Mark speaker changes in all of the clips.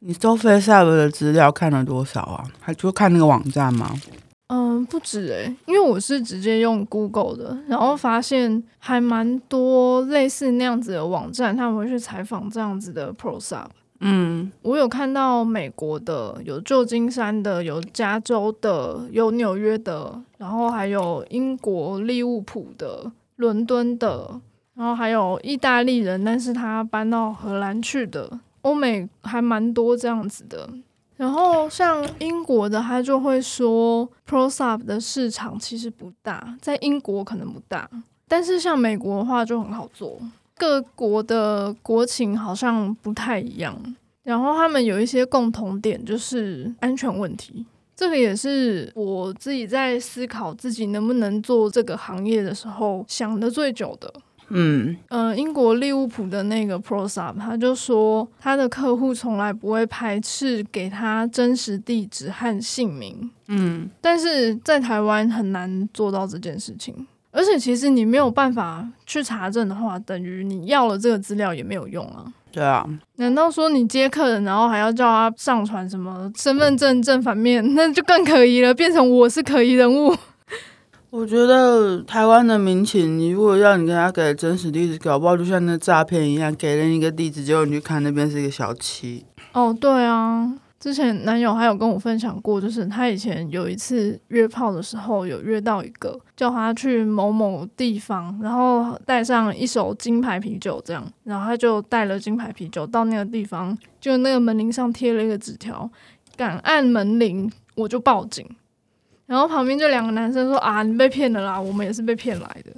Speaker 1: 你搜 FaceApp 的资料看了多少啊？还就看那个网站吗？
Speaker 2: 嗯，不止诶、因为我是直接用 Google 的，然后发现还蛮多类似那样子的网站，他们会去采访这样子的 Pro Sub。
Speaker 1: 嗯，
Speaker 2: 我有看到美国的，有旧金山的，有加州的，有纽约的，然后还有英国利物浦的、伦敦的，然后还有意大利人，但是他搬到荷兰去的，欧美还蛮多这样子的。然后像英国的，他就会说 ProSub 的市场其实不大，在英国可能不大，但是像美国的话就很好做。各国的国情好像不太一样，然后他们有一些共同点，就是安全问题。这个也是我自己在思考自己能不能做这个行业的时候想的最久的。
Speaker 1: 嗯，
Speaker 2: 嗯、英国利物浦的那个 ProSub，他就说他的客户从来不会排斥给他真实地址和姓名。嗯，但是在台湾很难做到这件事情。而且其实你没有办法去查证的话，等于你要了这个资料也没有用啊。
Speaker 1: 对啊，
Speaker 2: 难道说你接客人，然后还要叫他上传什么身份证正反面，那就更可疑了，变成我是可疑人物？
Speaker 1: 我觉得台湾的民情，你如果让你给他给真实地址，搞不好就像那诈骗一样，给了你一个地址，结果你去看那边是一个小七。
Speaker 2: 哦，对啊，之前男友还有跟我分享过，就是他以前有一次约炮的时候，有约到一个叫他去某某地方，然后带上一手金牌啤酒这样，然后他就带了金牌啤酒到那个地方，就那个门铃上贴了一个纸条，敢按门铃我就报警。然后旁边就两个男生说啊，你被骗了啦，我们也是被骗来的。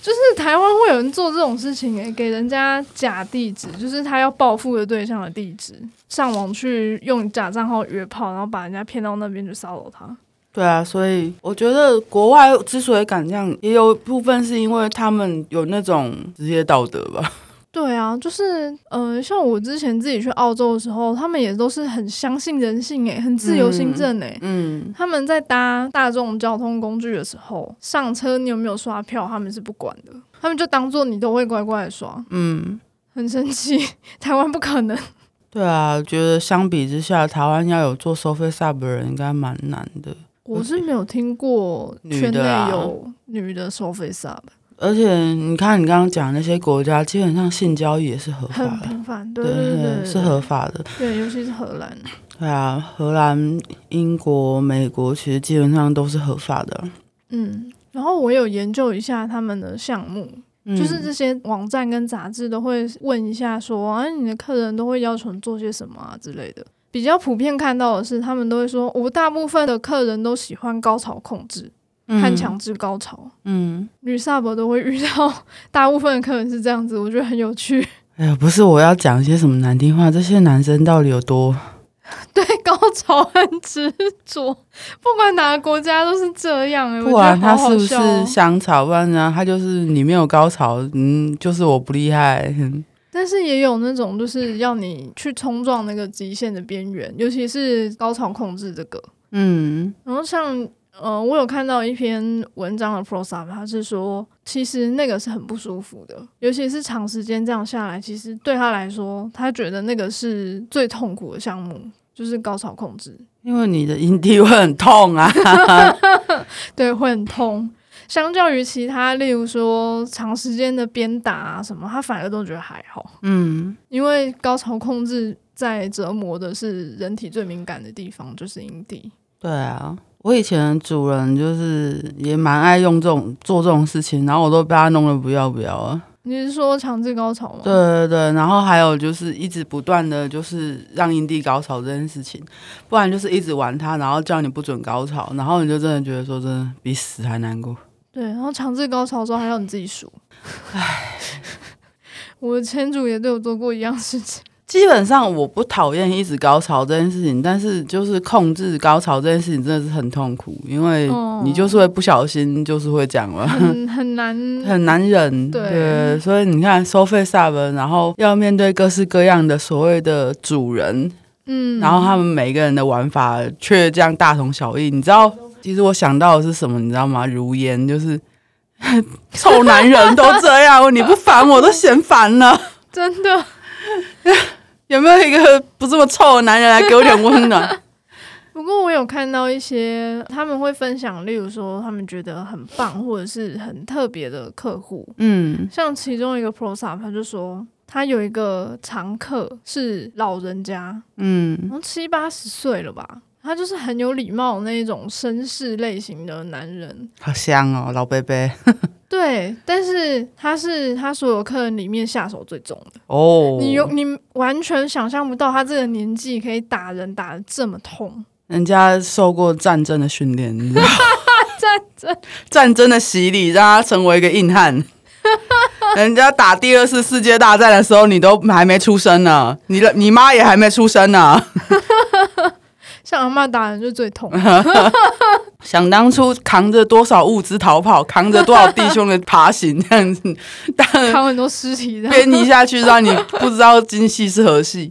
Speaker 2: 就是台湾会有人做这种事情诶、给人家假地址，就是他要报复的对象的地址，上网去用假账号约炮，然后把人家骗到那边去骚扰他。
Speaker 1: 对啊，所以我觉得国外之所以敢这样，也有部分是因为他们有那种职业道德吧。
Speaker 2: 对啊，就是呃，像我之前自己去澳洲的时候，他们也都是很相信人性诶、很自由行政诶、
Speaker 1: 嗯，
Speaker 2: 他们在搭大众交通工具的时候，上车你有没有刷票，他们是不管的，他们就当做你都会乖乖的刷，
Speaker 1: 嗯，
Speaker 2: 很神奇。 台湾不可能。
Speaker 1: 对啊，觉得相比之下，台湾要有做收费 sub 的人应该蛮难的，
Speaker 2: 我是没有听过
Speaker 1: 女
Speaker 2: 圈内
Speaker 1: 的啊
Speaker 2: 有女的收费 sub，
Speaker 1: 而且你看你刚刚讲那些国家，基本上性交易也是合法
Speaker 2: 很
Speaker 1: 的，
Speaker 2: 频繁，对对对，
Speaker 1: 是合法的。
Speaker 2: 对，尤其是荷兰，
Speaker 1: 对啊，荷兰、英国、美国其实基本上都是合法的，
Speaker 2: 嗯。然后我有研究一下他们的项目，
Speaker 1: 嗯
Speaker 2: 就是这些网站跟杂志都会问一下说，哎、你的客人都会要求你做些什么啊之类的。比较普遍看到的是，他们都会说，我大部分的客人都喜欢高潮控制和强，制高潮，
Speaker 1: 嗯嗯。嗯
Speaker 2: 女萨博都会遇到， 大部分的客人是这样子，我觉得很有趣。
Speaker 1: 哎呀，不是我要讲一些什么难听话，这些男生到底有多
Speaker 2: 对高潮很执着， 不管哪个国家都是这样哎、我
Speaker 1: 不
Speaker 2: 觉得
Speaker 1: 然他
Speaker 2: 好
Speaker 1: 是
Speaker 2: 好
Speaker 1: 不
Speaker 2: 笑
Speaker 1: 是
Speaker 2: 哦。
Speaker 1: 香草？不然呢，他就是你没有高潮，嗯，就是我不厉害。嗯
Speaker 2: 但是也有那种就是要你去冲撞那个极限的边缘，尤其是高潮控制这个。
Speaker 1: 嗯
Speaker 2: 然后像呃，我有看到一篇文章的 p r o s a 他是说其实那个是很不舒服的，尤其是长时间这样下来，其实对他来说，他觉得那个是最痛苦的项目，就是高潮控制。
Speaker 1: 因为你的阴蒂会很痛啊。
Speaker 2: 对，会很痛。相较于其他，例如说长时间的鞭打啊什么，他反而都觉得还好，
Speaker 1: 嗯，
Speaker 2: 因为高潮控制在折磨的是人体最敏感的地方，就是阴蒂。
Speaker 1: 对啊，我以前的主人就是也蛮爱用这种做这种事情，然后我都被他弄得不要不要啊。
Speaker 2: 你是说强制高潮吗？
Speaker 1: 对，对对，然后还有就是一直不断的就是让阴蒂高潮这件事情，不然就是一直玩他，然后叫你不准高潮，然后你就真的觉得说真的比死还难过。
Speaker 2: 对，然后强制高潮的时候还要你自己数。 我的前主也对我做过一样事情。
Speaker 1: 基本上我不讨厌一直高潮这件事情，但是就是控制高潮这件事情真的是很痛苦，因为
Speaker 2: 哦
Speaker 1: 你就是会不小心就是会讲了。
Speaker 2: 很很难，
Speaker 1: 很难忍，
Speaker 2: 嗯对
Speaker 1: 所以你看收费 sub，然后要面对各式各样的所谓的主人，
Speaker 2: 嗯，
Speaker 1: 然后他们每个人的玩法却这样大同小异。你知道，其实我想到的是什么，你知道吗？如烟就是 臭男人都这样，你不烦我都嫌烦了。
Speaker 2: 真的
Speaker 1: 有没有一个不这么臭的男人来给我点温 暖？
Speaker 2: 不过我有看到一些他们会分享，例如说他们觉得很棒或者是很特别的客户，
Speaker 1: 嗯，
Speaker 2: 像其中一个 ProSap 他就说。他有一个常客是老人家，
Speaker 1: 嗯，
Speaker 2: 然后七八十岁了吧，他就是很有礼貌的那一种绅士类型的男人，
Speaker 1: 好香哦，老贝贝
Speaker 2: 对，但是他是他所有客人里面下手最重的，
Speaker 1: 哦。
Speaker 2: 你有你完全想象不到他这个年纪可以打人打的这么痛，
Speaker 1: 人家受过战争的训练，你知道吗
Speaker 2: 战争
Speaker 1: 战争的洗礼让他成为一个硬 汉。人家打第二次世界大战的时候，你都还没出生呢，你的你妈也还没出生呢。
Speaker 2: 像阿嬷打人就最痛，
Speaker 1: 想当初扛着多少物资逃跑，扛着多少弟兄的爬行，这样子，但
Speaker 2: 扛很多尸体的，
Speaker 1: 编辑下去，让你不知道今夕是何夕。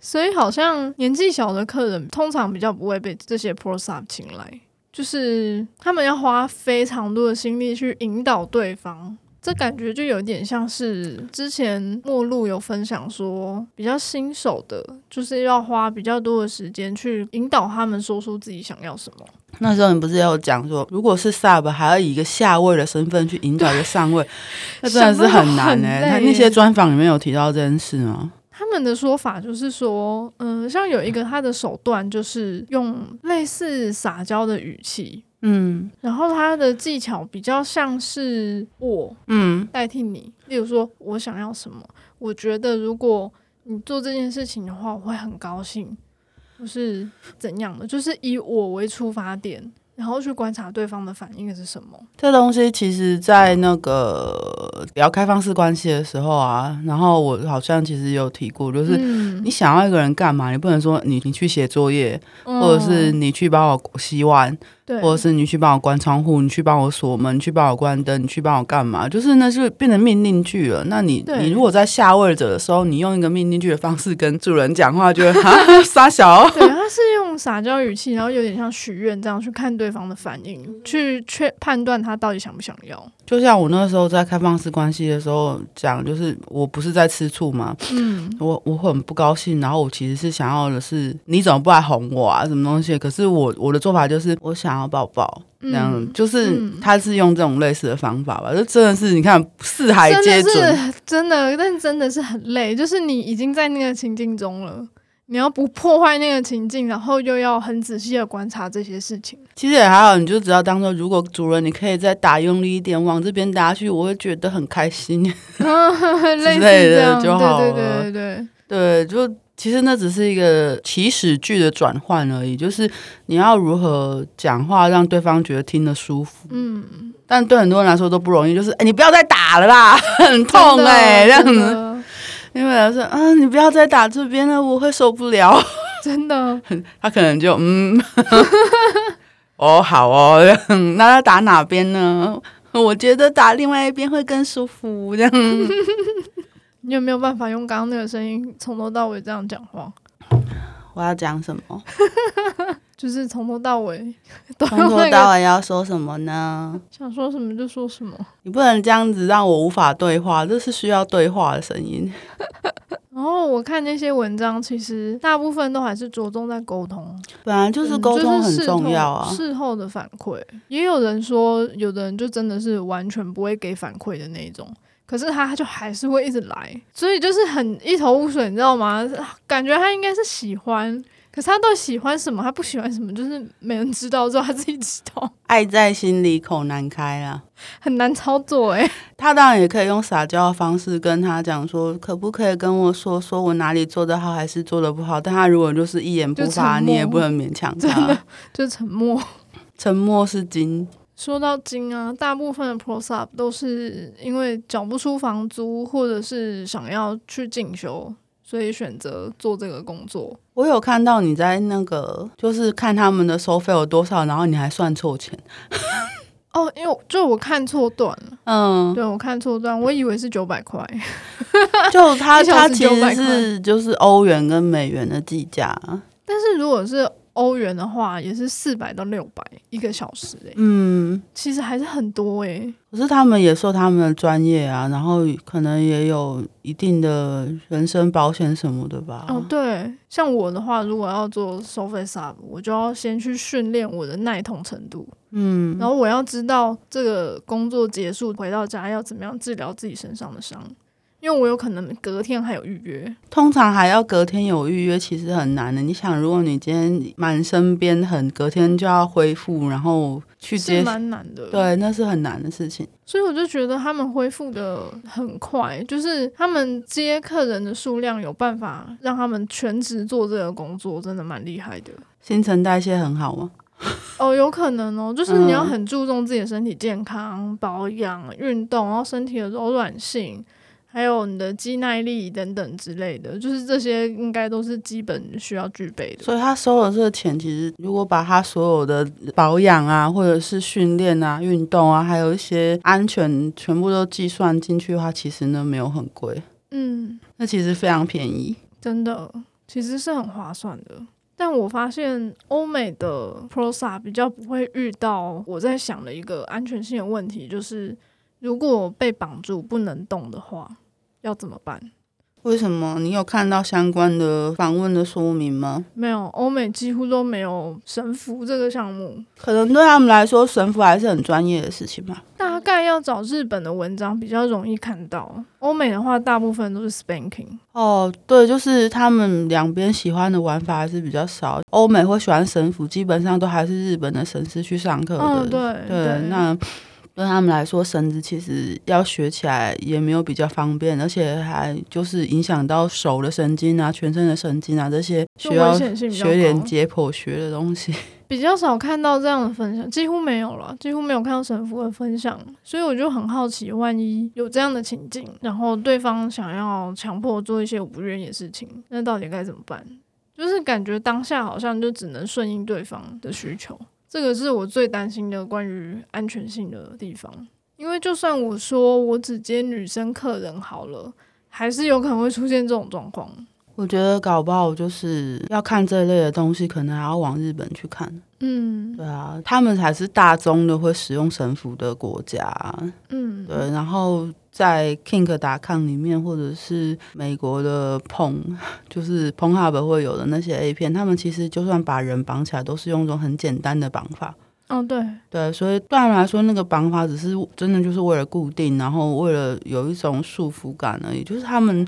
Speaker 2: 所以好像年纪小的客人通常比较不会被这些 ProSap 请来，就是他们要花非常多的心力去引导对方。这感觉就有点像是之前末路有分享说，比较新手的，就是要花比较多的时间去引导他们说出自己想要什么。
Speaker 1: 那时候你不是也有讲说，如果是 sub 还要以一个下位的身份去引导一个上 位，那真的是很难
Speaker 2: 想
Speaker 1: 哎、
Speaker 2: 不到
Speaker 1: 他
Speaker 2: 很累
Speaker 1: 那些专访里面有提到这件事吗？
Speaker 2: 他们的说法就是说，嗯、像有一个他的手段就是用类似撒娇的语气，
Speaker 1: 嗯
Speaker 2: 然后他的技巧比较像是我
Speaker 1: 嗯
Speaker 2: 代替你，例如说我想要什么，我觉得如果你做这件事情的话，我会很高兴，或是怎样的，就是以我为出发点，然后去观察对方的反应是什么。
Speaker 1: 这东西其实，在那个聊开放式关系的时候啊，然后我好像其实有提过，就是。
Speaker 2: 嗯
Speaker 1: 你，想要一个人干嘛？你不能说你你去写作业，
Speaker 2: 嗯
Speaker 1: 或者是你去帮我洗碗，
Speaker 2: 对，
Speaker 1: 或者是你去帮我关窗户，你去帮我锁门，你去帮我关灯，你去帮我干嘛？就是那就变成命令句了。那你
Speaker 2: 对
Speaker 1: 你如果在下位者的时候，你用一个命令句的方式跟主人讲话，就会 哈傻小。
Speaker 2: 对，他是用撒娇语气，然后有点像许愿这样去看对方的反应，
Speaker 1: 嗯
Speaker 2: 去确判断他到底想不想要。
Speaker 1: 就像我那时候在开放式关系的时候讲，就是我不是在吃醋嘛，
Speaker 2: 嗯，
Speaker 1: 我我很不高兴，然后我其实是想要的是你怎么不来哄我啊，什么东西？可是我我的做法就是我想要抱抱。
Speaker 2: 嗯
Speaker 1: 这样、就是
Speaker 2: 嗯
Speaker 1: 他是用这种类似的方法吧，就真的是你看四海
Speaker 2: 真
Speaker 1: 皆
Speaker 2: 的
Speaker 1: 准，
Speaker 2: 是真的，但真的是很累，就是你已经在那个情境中了，你要不破坏那个情境，然后又要很仔细的观察这些事情。
Speaker 1: 其实也还好，你就只要当做，如果主人你可以再打用力一点，往这边打去，我会觉得很开心。
Speaker 2: 类似
Speaker 1: 类的
Speaker 2: 这样，
Speaker 1: 就好
Speaker 2: 对
Speaker 1: 了
Speaker 2: 对对对对，
Speaker 1: 对，就其实那只是一个起始句的转换而已，就是你要如何讲话让对方觉得听得舒服。
Speaker 2: 嗯，
Speaker 1: 但对很多人来说都不容易，就是哎、你不要再打了啦， 很痛哎、
Speaker 2: 哎、
Speaker 1: 这样
Speaker 2: 真
Speaker 1: 子。
Speaker 2: 的
Speaker 1: 因为他说啊，你不要再打这边了，我会受不了。
Speaker 2: 真的，
Speaker 1: 他可能就嗯， 哦好哦， 这样那要打哪边呢？我觉得打另外一边会更舒服，这样
Speaker 2: 你有没有办法用刚刚那个声音从头到尾这样讲话？
Speaker 1: 我要讲 什么？
Speaker 2: 就是从头到尾都
Speaker 1: 从
Speaker 2: 用
Speaker 1: 头
Speaker 2: 那
Speaker 1: 到
Speaker 2: 个
Speaker 1: 尾要说什么呢？
Speaker 2: 想说什么就说什么。
Speaker 1: 你不能这样子让我无法对话，这是需要对话的声音。
Speaker 2: 然后我看那些文章，其实大部分都还是着重在沟通，
Speaker 1: 本来嗯就是沟通很重要啊
Speaker 2: 嗯嗯。就是事后事后的反馈，也有人说，有的人就真的是完全不会给反馈的那一种，可是他就还是会一直来，所以就是很一头雾水，你知道吗？感觉他应该是喜欢，可是他到底喜欢什么，他不喜欢什么，就是没人知道，只有 他自己知道，
Speaker 1: 爱在心里，口难开啦。
Speaker 2: 很难操作欸诶、
Speaker 1: 他当然也可以用撒娇的方式跟他讲说，可不可以跟我说说我哪里做得好还是做得不好？但他如果就是一言不发，
Speaker 2: 就沉默
Speaker 1: 你也不能勉强
Speaker 2: 真
Speaker 1: 他
Speaker 2: 的。 就是沉默。
Speaker 1: 沉默是金，
Speaker 2: 说到金啊，大部分的 ProSub 都是因为缴不出房租，或者是想要去进修，所以选择做这个工作。
Speaker 1: 我有看到你在那个，就是看他们的收费有多少，然后你还算错钱。
Speaker 2: 哦，因为我就我看错段了，
Speaker 1: 嗯，
Speaker 2: 对我看错段，我以为是九百块，
Speaker 1: 就他
Speaker 2: 一小时
Speaker 1: 他其
Speaker 2: 900
Speaker 1: 实是就是欧元跟美元的计价。
Speaker 2: 但是如果是欧元的话，也是四百到六百一个小时、欸，
Speaker 1: 嗯，
Speaker 2: 其实还是很多欸诶、
Speaker 1: 可是他们也受他们的专业啊，然后可能也有一定的人身保险什么的吧。
Speaker 2: 哦，对，像我的话，如果要做收费 sub，我就要先去训练我的耐痛程度，
Speaker 1: 嗯，
Speaker 2: 然后我要知道这个工作结束回到家要怎么样治疗自己身上的伤，因为我有可能隔天还有预约。
Speaker 1: 通常还要隔天有预约，其实很难的。你想，如果你今天满身边很，隔天就要恢复，然后去
Speaker 2: 是
Speaker 1: 接，
Speaker 2: 蛮难的，，
Speaker 1: 对，那是很难的事情。
Speaker 2: 所以我就觉得他们恢复的很快，就是他们接客人的数量有办法让他们全职做这个工作，真的蛮厉害的。
Speaker 1: 新陈代谢很好吗？
Speaker 2: 哦，有可能哦，就是你要
Speaker 1: 嗯
Speaker 2: 很注重自己的身体健康、保养、运动，然后身体的柔软性，还有你的肌耐力等等之类的，就是这些应该都是基本需要具备的。
Speaker 1: 所以他收了这个钱，其实如果把他所有的保养啊，或者是训练啊、运动啊，还有一些安全，全部都计算进去的话，其实呢没有很贵，
Speaker 2: 嗯，
Speaker 1: 那其实非常便宜。
Speaker 2: 真的，其实是很划算的。但我发现欧美的 Prosa 比较不会遇到我在想的一个安全性的问题，就是如果被绑住不能动的话，要怎么办？
Speaker 1: 为什么？你有看到相关的访问的说明吗？
Speaker 2: 没有，欧美几乎都没有神服这个项目。
Speaker 1: 可能对他们来说，神父还是很专业的事情吧。
Speaker 2: 大概要找日本的文章比较容易看到，欧美的话大部分都是 spanking。
Speaker 1: 哦，对，就是他们两边喜欢的玩法还是比较少。欧美会喜欢神符，基本上都还是日本的神师去上课的。
Speaker 2: 嗯，对
Speaker 1: 对，那对他们来说，绳子其实要学起来也没有比较方便，而且还就是影响到手的神经啊、全身的神经啊这些需
Speaker 2: 就危
Speaker 1: 要
Speaker 2: 险性比较
Speaker 1: 学点
Speaker 2: 高，
Speaker 1: 解剖学的东西。
Speaker 2: 比较少看到这样的分享，几乎没有了，几乎没有看到神父的分享，所以我就很好奇，万一有这样的情境，然后对方想要强迫我做一些我不愿意的事情，那到底该怎么办？就是感觉当下好像就只能顺应对方的需求，这个是我最担心的关于安全性的地方。因为就算我说我只接女生客人好了，还是有可能会出现这种状况。
Speaker 1: 我觉得搞不好就是要看这类的东西，可能还要往日本去看。
Speaker 2: 嗯
Speaker 1: 对啊，他们才是大宗的会使用神符的国家。啊
Speaker 2: 嗯，
Speaker 1: 对，然后在 Kink 打抗里面，或者是美国的 Pong，就是 p o n Hub 会有的那些 A 片，他们其实就算把人绑起来，都是用一种很简单的绑法。
Speaker 2: 哦对，
Speaker 1: 对，所以对他们来说，那个绑法只是真的就是为了固定，然后为了有一种束缚感而已。就是他们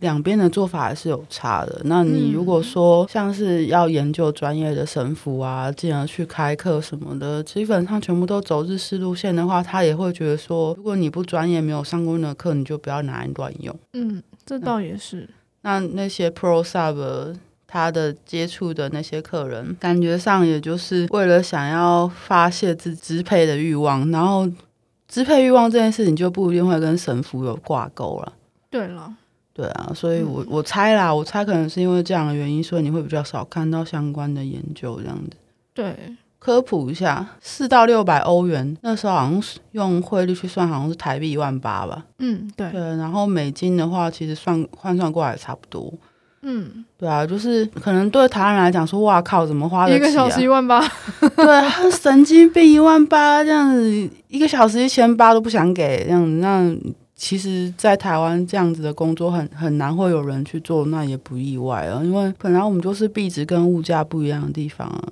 Speaker 1: 两边的做法还是有差的。那你
Speaker 2: 嗯
Speaker 1: 如果说像是要研究专业的神符啊，进而去开课什么的，基本上全部都走日式路线的话，他也会觉得说，如果你不专业，没有上过那个课，你就不要拿来乱用。
Speaker 2: 嗯，这倒也是。
Speaker 1: 那那些 Pro Sub 他的接触的那些客人，感觉上也就是为了想要发泄自支配的欲望，然后支配欲望这件事情就不一定会跟神符有挂钩了。
Speaker 2: 对了，
Speaker 1: 对啊，所以我我猜啦，我猜可能是因为这样的原因，所以你会比较少看到相关的研究这样子。
Speaker 2: 对，
Speaker 1: 科普一下，四到六百欧元，那时候好像是用汇率去算，好像是台币一万八吧。
Speaker 2: 嗯，对，
Speaker 1: 对，然后美金的话，其实算换算过来也差不多。
Speaker 2: 嗯，
Speaker 1: 对啊，就是可能对台湾人来讲说，哇靠，怎么花得
Speaker 2: 一
Speaker 1: 起、啊？
Speaker 2: 个小时一 万八，
Speaker 1: 对，他神经病一万八这样子，一个小时一千八都不想给这样子。那其实，在台湾这样子的工作很很难会有人去做，那也不意外啊，因为本来我们就是币值跟物价不一样的地方啊。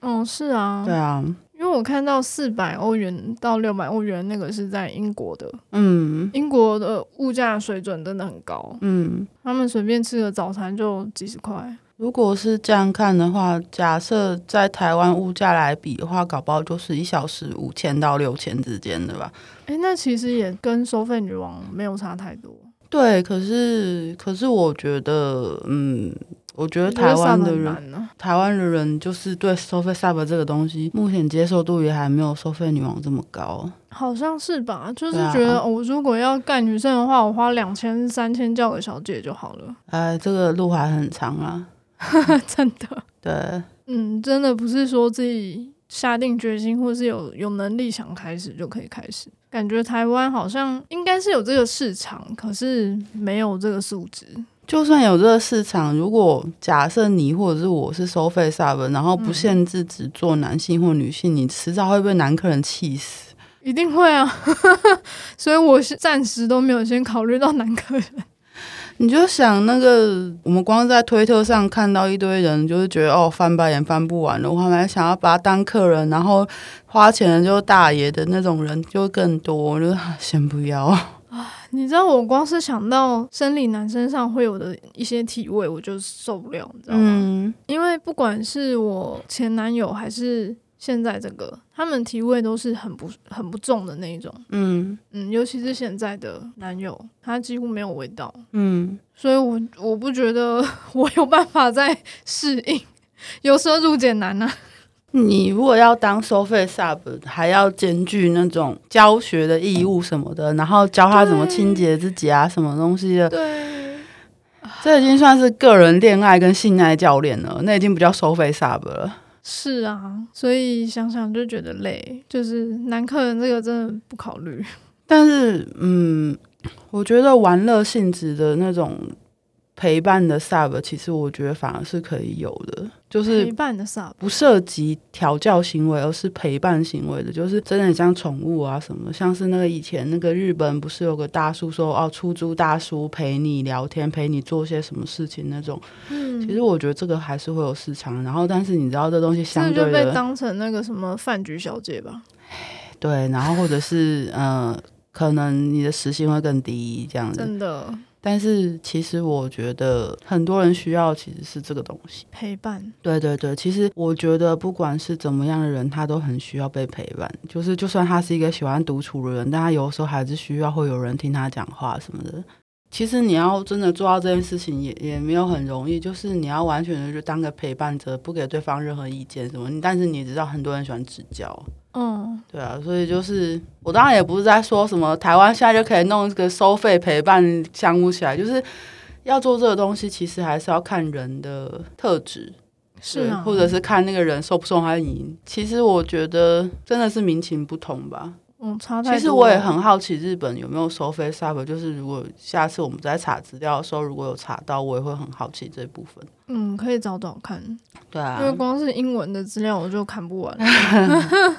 Speaker 2: 嗯，是啊
Speaker 1: 对，啊，
Speaker 2: 因为我看到四百欧元到六百欧元那个是在英国的，
Speaker 1: 嗯
Speaker 2: 英国的物价水准真的很高，
Speaker 1: 嗯。
Speaker 2: 他们随便吃个早餐就几十块，
Speaker 1: 如果是这样看的话，假设在台湾物价来比的话，搞不好就是一小时五千到六千之间的吧。
Speaker 2: 诶，那其实也跟收费女王没有差太多，
Speaker 1: 对，可是可是我觉得，嗯，我觉得
Speaker 2: 我觉
Speaker 1: 台
Speaker 2: 得啊
Speaker 1: 湾
Speaker 2: 上
Speaker 1: 的
Speaker 2: 很
Speaker 1: 人，
Speaker 2: 难呢，
Speaker 1: 台湾的人就是对收费 sub 这个东西，目前接受度也还没有收费女王这么高。
Speaker 2: 好像是吧？就是
Speaker 1: 对啊
Speaker 2: 觉得、哦我如果要干女生的话，我花两千三千叫个小姐就好了，
Speaker 1: 哎，这个路还很长啊。
Speaker 2: 真的，
Speaker 1: 对，
Speaker 2: 嗯，真的不是说自己下定决心或是有有能力想开始就可以开始。感觉台湾好像应该是有这个市场，可是没有这个素质。
Speaker 1: 就算有这个市场，如果假设你或者是我是收费 sub，然后
Speaker 2: 嗯
Speaker 1: 不限制只做男性或女性，你迟早会被男客人气死。
Speaker 2: 一定会啊， 所以我是暂时都没有先考虑到男客人。
Speaker 1: 你就想那个，我们光在推特上看到一堆人，就是觉得哦翻白眼翻不完了，我还想要把他当客人，然后花钱的就是大爷的那种人就更多，我就啊先不要。
Speaker 2: 你知道，我光是想到生理男身上会有的一些体味，我就受不了，你知道吗？
Speaker 1: 嗯，
Speaker 2: 因为不管是我前男友还是现在这个，他们体味都是很不很不重的那一种。
Speaker 1: 嗯
Speaker 2: 嗯，尤其是现在的男友，他几乎没有味道，
Speaker 1: 嗯，
Speaker 2: 所以我我不觉得我有办法再适应，由奢入俭难啊呐、
Speaker 1: 你如果要当收费 sub，还要兼具那种教学的义务什么的，然后教他怎么清洁自己啊，什么东西的，
Speaker 2: 对，
Speaker 1: 这已经算是个人恋爱跟性爱教练了，那已经不叫收费 sub 了。
Speaker 2: 是啊，所以想想就觉得累，就是男客人这个真的不考虑。
Speaker 1: 但是，嗯，我觉得玩乐性质的那种陪伴的 sub，其实我觉得反而是可以有的，就是
Speaker 2: 陪伴的 sub，
Speaker 1: 不涉及调教行为，而是陪伴行为的，就是真的很像宠物啊什么的，像是那个以前那个日本不是有个大叔说哦出租大叔陪你聊天，陪你做些什么事情那种。
Speaker 2: 嗯，
Speaker 1: 其实我觉得这个还是会有市场，然后但是你知道这东西相
Speaker 2: 这就
Speaker 1: 对
Speaker 2: 被
Speaker 1: 的
Speaker 2: 当成那个什么饭局小姐吧。
Speaker 1: 对，然后或者是呃可能你的时薪会更低这样子，
Speaker 2: 真的
Speaker 1: 但是其实我觉得很多人需要其实是这个东西。
Speaker 2: 陪伴，
Speaker 1: 对对对，其实我觉得不管是怎么样的人，他都很需要被陪伴。就是就算他是一个喜欢独处的人，但他有时候还是需要会有人听他讲话什么的。其实你要真的做到这件事情也，也没有很容易。就是你要完全的就当个陪伴者，不给对方任何意见什么。但是你知道，很多人喜欢指教，
Speaker 2: 嗯，
Speaker 1: 对啊，所以就是我当然也不是在说什么台湾现在就可以弄一个收费陪伴项目起来，就是要做这个东西，其实还是要看人的特质。
Speaker 2: 是
Speaker 1: 对
Speaker 2: 啊，
Speaker 1: 或者是看那个人受不受欢迎。其实我觉得真的是民情不同吧。
Speaker 2: 嗯，差太多了
Speaker 1: 其实我也很好奇日本有没有收费 sub，就是如果下次我们在查资料的时候，如果有查到，我也会很好奇这部分。
Speaker 2: 嗯，可以找找看，
Speaker 1: 对
Speaker 2: 因为
Speaker 1: 啊，
Speaker 2: 光是英文的资料我就看不完了。